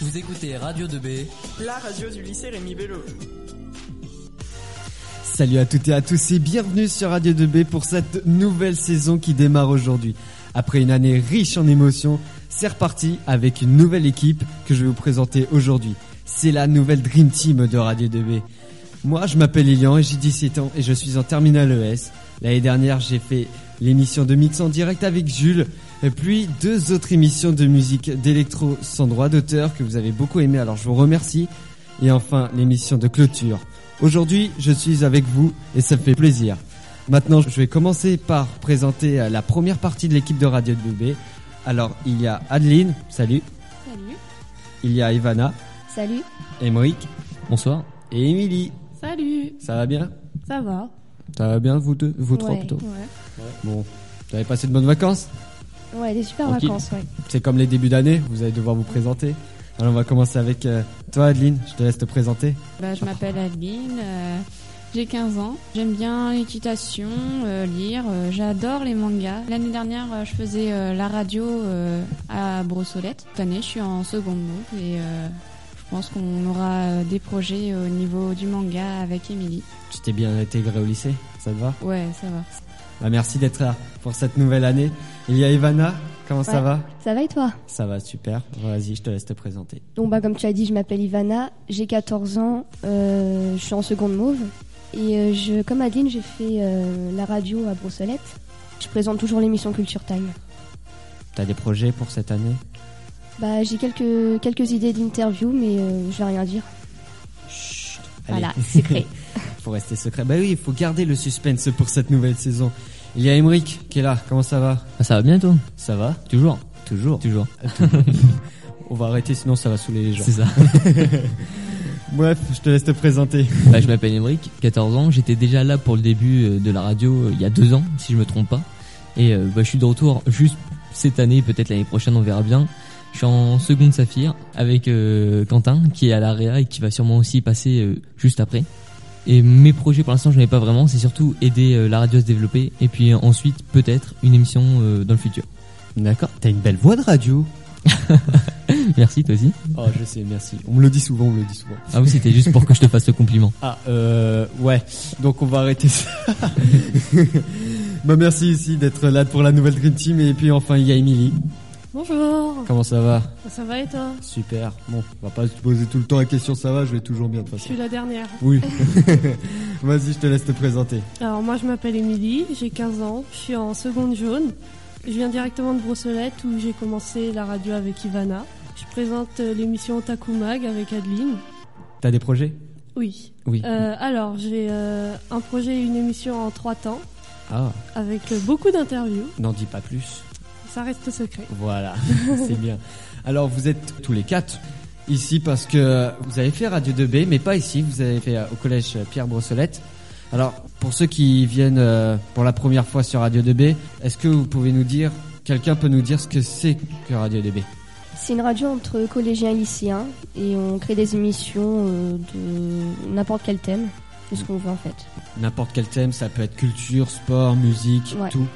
Vous écoutez Radio 2B. La radio du lycée Rémi Bello. Salut à toutes et à tous et bienvenue sur Radio 2B pour cette nouvelle saison qui démarre aujourd'hui. Après une année riche en émotions, c'est reparti avec une nouvelle équipe que je vais vous présenter aujourd'hui. C'est la nouvelle Dream Team de Radio 2B. Moi, je m'appelle Ilian et j'ai 17 ans et je suis en terminale ES. L'année dernière, j'ai fait l'émission de mix en direct avec Jules et puis deux autres émissions de musique d'électro sans droit d'auteur que vous avez beaucoup aimé, alors je vous remercie. Et enfin, l'émission de clôture. Aujourd'hui, je suis avec vous et ça me fait plaisir. Maintenant, je vais commencer par présenter euh, la première partie de l'équipe de Radio de Bébé. Alors, il y a Adeline, salut. Salut. Il y a Ivana, Salut. Émeric Bonsoir. et Émilie. Salut. Ça va bien Ça va. Ça va bien, vous deux Vous trois ouais, plutôt Ouais, Bon, vous avez passé de bonnes vacances ouais des super Tranquille. vacances, ouais. C'est comme les débuts d'année, vous allez devoir vous présenter. Alors, on va commencer avec euh, toi, Adeline. Je te laisse te présenter. Bah, je m'appelle Adeline, euh, j'ai 15 ans. J'aime bien l'équitation, euh, lire, euh, j'adore les mangas. L'année dernière, euh, je faisais euh, la radio euh, à Brossolette. Cette année, je suis en seconde groupe et euh, je pense qu'on aura euh, des projets au niveau du manga avec Émilie. Tu t'es bien intégré au lycée, ça te va Ouais, ça va. Bah, Merci d'être là pour cette nouvelle année. Il y a Ivana, comment ça Ouais. va Ça va et toi Ça va, super. Vas-y, je te laisse te présenter. Bon, bah, comme tu as dit, je m'appelle Ivana, j'ai 14 ans, euh, je suis en seconde mauve. Et euh, je, comme Adeline, j'ai fait euh, la radio à Brossolette. Je présente toujours l'émission Culture Time. T'as des projets pour cette année Bah, j'ai quelques, quelques idées d'interview, mais euh, je vais rien dire. Chut, allez, Voilà, secret. faut rester secret. Bah oui, il faut garder le suspense pour cette nouvelle saison. Il y a Emeric qui est là, comment ça va Ah, Ça va bien et toi Ça va Toujours. Toujours. Toujours. On va arrêter sinon ça va saouler les gens. C'est ça. Bref, je te laisse te présenter. Bah, je m'appelle Emeric, 14 ans. J'étais déjà là pour le début euh, de la radio euh, il y a deux ans, si je me trompe pas. Et euh, bah, je suis de retour juste cette année, peut-être l'année prochaine, on verra bien. Je suis en seconde saphir avec euh, Quentin qui est à la réa et qui va sûrement aussi passer euh, juste après. Et mes projets pour l'instant, je n'en ai pas vraiment. C'est surtout aider euh, la radio à se développer et puis euh, ensuite peut-être une émission euh, dans le futur. D'accord, t'as une belle voix de radio. Merci toi aussi. Oh, je sais, merci. On me le dit souvent, on me le dit souvent. Ah oui, c'était juste pour que je te fasse le compliment. Ah, euh, ouais. Donc on va arrêter ça. bah merci ici d'être là pour la nouvelle Dream Team. Et puis enfin, il y a Emily. Bonjour, Comment ça va Ah, ça va et toi Super. Bon, on va pas se poser tout le temps la question ça va, je vais toujours bien de toute Je suis façon. la dernière. Oui. Vas-y, je te laisse te présenter. Alors moi je m'appelle Émilie, j'ai 15 ans, je suis en seconde jaune. Je viens directement de Brossolette où j'ai commencé la radio avec Ivana. Je présente euh, l'émission Takumag avec Adeline. T'as des projets Oui. Oui. Euh, alors j'ai euh, un projet, une émission en trois temps Ah, avec euh, beaucoup d'interviews. n'en dis pas plus. Ça reste secret. Voilà, c'est bien. Alors vous êtes tous les quatre ici parce que vous avez fait Radio 2B, mais pas ici, vous avez fait euh, au collège euh, Pierre Brossolette. Alors pour ceux qui viennent euh, pour la première fois sur Radio 2B, est-ce que vous pouvez nous dire, quelqu'un peut nous dire ce que c'est que Radio 2B C'est une radio entre collégiens et lycéens, et on crée des émissions euh, de n'importe quel thème, de ce qu'on veut en fait. N'importe quel thème, ça peut être culture, sport, musique, Ouais. tout.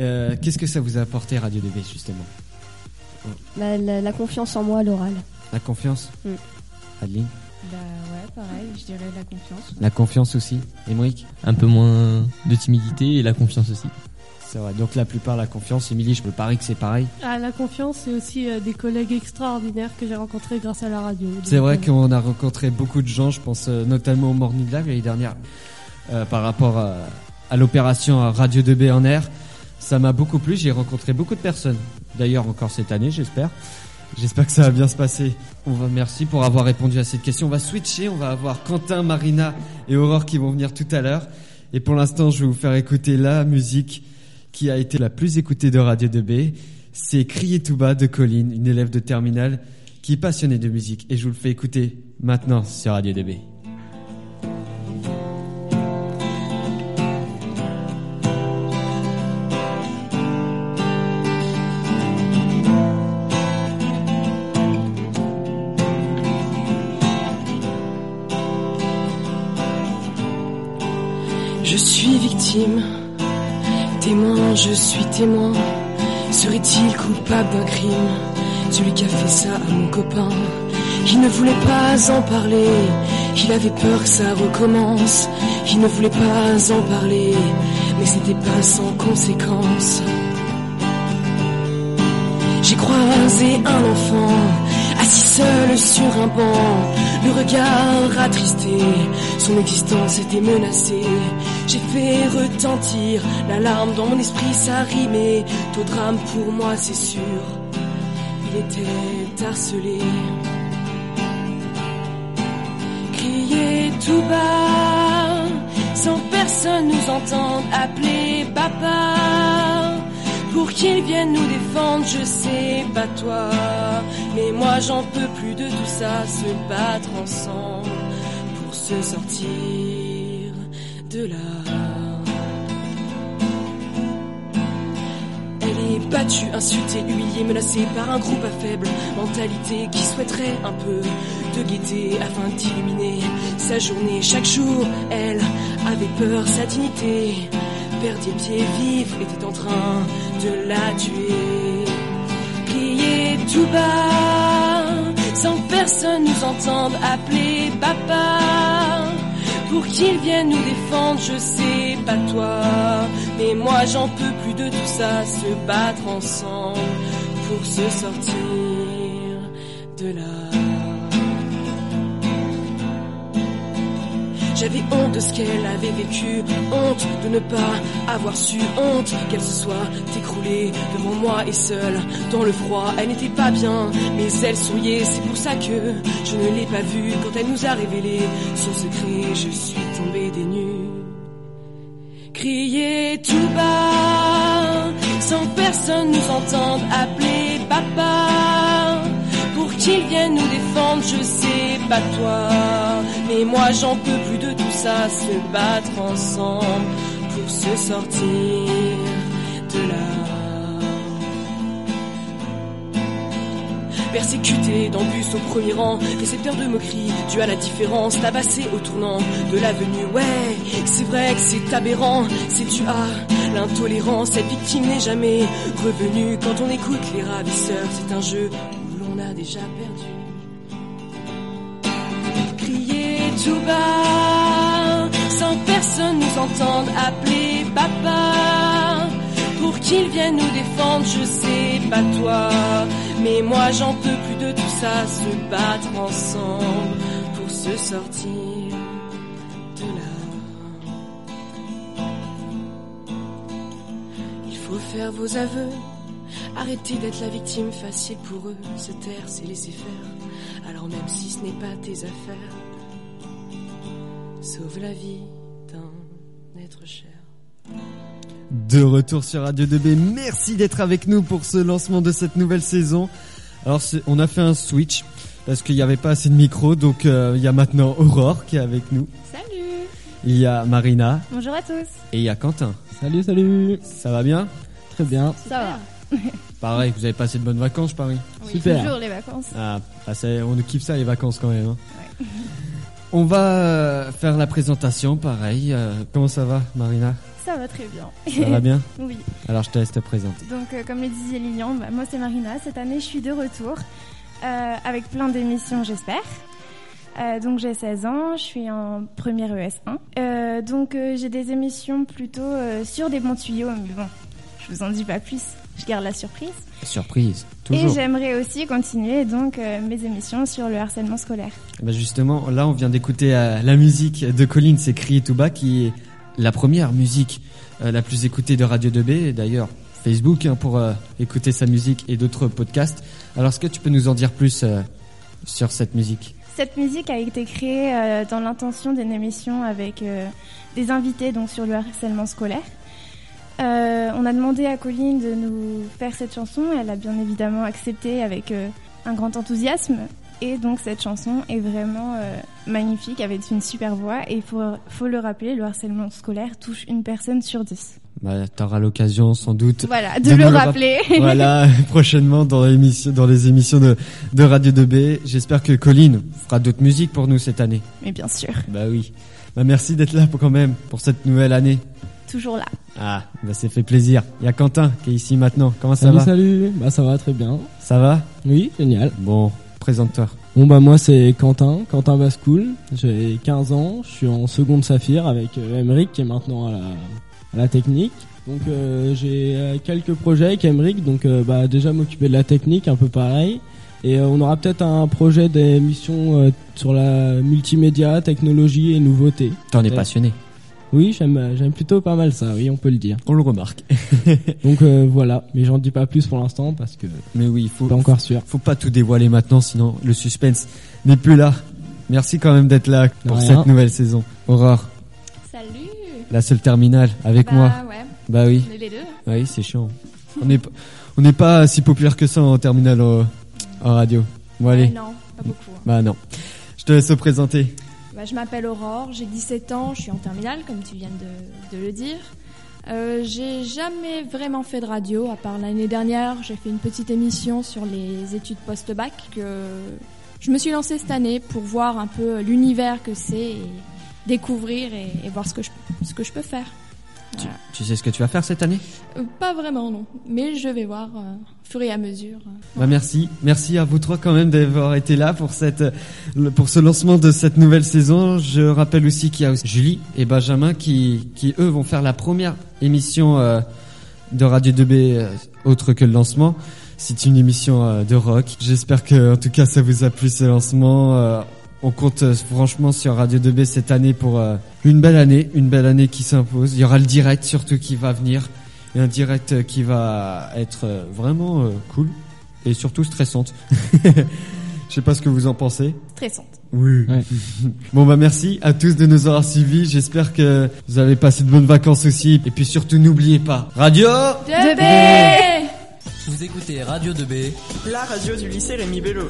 Euh, Qu'est-ce que ça vous a apporté Radio 2B justement Bah, la, la confiance en moi à l'oral. La confiance Mm. Adeline Bah ouais, pareil, je dirais la confiance. La confiance aussi Émeric Un peu moins de timidité et la confiance aussi. C'est vrai, donc la plupart la confiance. Émilie, je me parie que c'est pareil. Ah, la confiance, c'est aussi euh, des collègues extraordinaires que j'ai rencontrés grâce à la radio. C'est Donc, vrai euh, qu'on a rencontré beaucoup de gens, je pense euh, notamment au Morning Live l'année dernière, euh, par rapport à, à l'opération Radio 2B en air. Ça m'a beaucoup plu, j'ai rencontré beaucoup de personnes. D'ailleurs, encore cette année, j'espère. J'espère que ça va bien se passer. On va, merci pour avoir répondu à cette question. On va switcher, on va avoir Quentin, Marina et Aurore qui vont venir tout à l'heure. Et pour l'instant, je vais vous faire écouter la musique qui a été la plus écoutée de Radio 2B. C'est Crier tout bas de Colline, une élève de terminale qui est passionnée de musique. Et je vous le fais écouter maintenant sur Radio 2B. Je suis victime, témoin, je suis témoin. Serait-il coupable d'un crime celui qui a fait ça à mon copain. Il ne voulait pas en parler, il avait peur que ça recommence. Il ne voulait pas en parler, mais c'était pas sans conséquence. J'ai croisé un enfant, assis seul sur un banc, le regard attristé, son existence était menacée. J'ai fait retentir l'alarme dans mon esprit, ça rimait. Tout drame pour moi, c'est sûr, il était harcelé. Crier tout bas, sans que personne nous entende, appeler papa. Pour qu'il vienne nous défendre, je sais pas toi. Mais moi j'en peux plus de tout ça, se battre ensemble pour se sortir de là. Elle est battue, insultée, humiliée, menacée par un groupe à faible mentalité qui souhaiterait un peu de gaieté afin d'illuminer sa journée. Chaque jour, elle avait peur, sa dignité perdait pied vif, était en train de la tuer. Crier tout bas, sans que personne nous entende, appeler papa. Pour qu'il vienne nous défendre, je sais pas toi. Mais moi j'en peux plus de tout ça, se battre ensemble pour se sortir de là. J'avais honte de ce qu'elle avait vécu, honte de ne pas avoir su, honte qu'elle se soit écroulée devant moi et seule dans le froid. Elle n'était pas bien, mais elle souriait, c'est pour ça que je ne l'ai pas vue quand elle nous a révélé son secret. Je suis tombée des nues. Crier tout bas, sans que personne nous entende, appeler papa. Pour qu'il vienne nous défendre, je sais pas toi. Mais moi j'en peux plus de tout ça, se battre ensemble pour se sortir de là. Persécuté dans le bus au premier rang, récepteur de moqueries, dû à la différence, tabassé au tournant de l'avenue. Ouais, c'est vrai que c'est aberrant, c'est dû à l'intolérance. Cette victime n'est jamais revenue quand on écoute les ravisseurs. C'est un jeu où l'on a déjà perdu. Crier tout bas, sans que personne nous entende, appeler papa. Pour qu'il vienne nous défendre, je sais pas toi. Mais moi j'en peux plus de tout ça, se battre ensemble pour se sortir de là. Il faut faire vos aveux, arrêter d'être la victime facile pour eux, se taire, c'est laisser faire, alors même si ce n'est pas tes affaires, sauve la vie d'un être cher. De retour sur Radio 2B, merci d'être avec nous pour ce lancement de cette nouvelle saison. Alors c'est- on a fait un switch parce qu'il n'y avait pas assez de micros, donc euh, il y a maintenant Aurore qui est avec nous, Salut il y a Marina Bonjour à tous et il y a Quentin. Salut, salut Ça va bien Très bien. Ça va Pareil, vous avez passé de bonnes vacances, je parie. Oui, Super. Toujours les vacances. Ah, bah, c'est- on nous kiffe ça les vacances quand même. hein. On va euh, faire la présentation, pareil. euh, comment ça va, Marina Ça va très bien. Ça va bien Oui. Alors je te laisse te présenter. Donc, euh, comme le disait Lilian, bah, moi c'est Marina. Cette année, je suis de retour euh, avec plein d'émissions, j'espère. Euh, donc j'ai 16 ans, je suis en première ES1. Euh, donc euh, j'ai des émissions plutôt euh, sur des bons tuyaux, mais bon, je vous en dis pas plus. Je garde la surprise. Surprise, Et toujours. j'aimerais aussi continuer donc euh, mes émissions sur le harcèlement scolaire. Bah justement, là on vient d'écouter euh, la musique de Colline, c'est Crier tout bas, qui est la première musique euh, la plus écoutée de Radio 2B, et d'ailleurs Facebook hein, pour euh, écouter sa musique et d'autres podcasts. Alors est-ce que tu peux nous en dire plus euh, sur cette musique Cette musique a été créée euh, dans l'intention d'une émission avec euh, des invités donc sur le harcèlement scolaire. Euh, on a demandé à Colline de nous faire cette chanson. Elle a bien évidemment accepté avec euh, un grand enthousiasme. Et donc cette chanson est vraiment euh, magnifique, avec une super voix. Et il faut, faut le rappeler, le harcèlement scolaire touche une personne sur dix. bah, T'auras l'occasion sans doute Voilà, de De le nous le rappeler. voilà, prochainement dans, l'émission- dans les émissions de, de Radio 2B. J'espère que Colline fera d'autres musiques pour nous cette année. Mais bien sûr, Bah oui. Bah merci d'être là pour, quand même pour cette nouvelle année. toujours là. Ah, bah c'est fait plaisir. Il y a Quentin qui est ici maintenant. Comment ça salut, va salut. Bah ça va très bien. Ça va Oui, génial. Bon, présente-toi. Bon bah moi c'est Quentin, Quentin Bascoul. J'ai 15 ans, je suis en seconde saphir avec euh, Emeric qui est maintenant à la, à la technique. Donc euh, j'ai euh, quelques projets avec Emeric, donc euh, bah déjà m'occuper de la technique, un peu pareil. Et euh, on aura peut-être un projet d'émission euh, sur la multimédia, technologie et nouveautés. T'en es passionné. Oui, j'aime euh, j'aime plutôt pas mal ça, oui, on peut le dire. On le remarque. Donc euh, voilà, mais j'en dis pas plus pour l'instant parce que Mais oui, il faut, pas encore sûr. faut pas tout dévoiler maintenant, sinon le suspense n'est plus là. Merci quand même d'être là pour rien. cette nouvelle saison. Aurore, Salut la seule terminale avec Bah moi. ouais, Bah oui, on est les deux. oui, c'est chiant. On n'est p- on n'est pas si populaire que ça en terminale euh, en radio. Bon allez, Ah non, pas beaucoup. hein. bah non. Je te laisse te présenter. Bah, je m'appelle Aurore, j'ai 17 ans, je suis en terminale, comme tu viens de, de le dire. Euh, j'ai jamais vraiment fait de radio, à part l'année dernière, j'ai fait une petite émission sur les études post-bac. Que je me suis lancée cette année pour voir un peu l'univers que c'est et découvrir et, et voir ce que je, ce que je peux faire. Voilà. Tu sais ce que tu vas faire cette année Euh, pas vraiment, non, mais je vais voir euh, au fur et à mesure. euh, Bah, merci, merci à vous trois quand même d'avoir été là pour cette, le- pour ce lancement de cette nouvelle saison. Je rappelle aussi qu'il y a aussi Julie et Benjamin qui, qui eux vont faire la première émission euh, de Radio 2B euh, autre que le lancement. C'est une émission euh, de rock. J'espère que en tout cas ça vous a plu ce lancement. Euh, on compte euh, franchement sur Radio 2B cette année pour euh, une belle année, une belle année qui s'impose. Il y aura le direct surtout qui va venir. Et un direct euh, qui va être euh, vraiment euh, cool et surtout stressante. Je sais pas ce que vous en pensez. Stressante. Oui. Ouais. bon bah merci à tous de nous avoir suivis. J'espère que vous avez passé de bonnes vacances aussi. Et puis surtout n'oubliez pas, radio De B La radio du lycée Rémi Bello.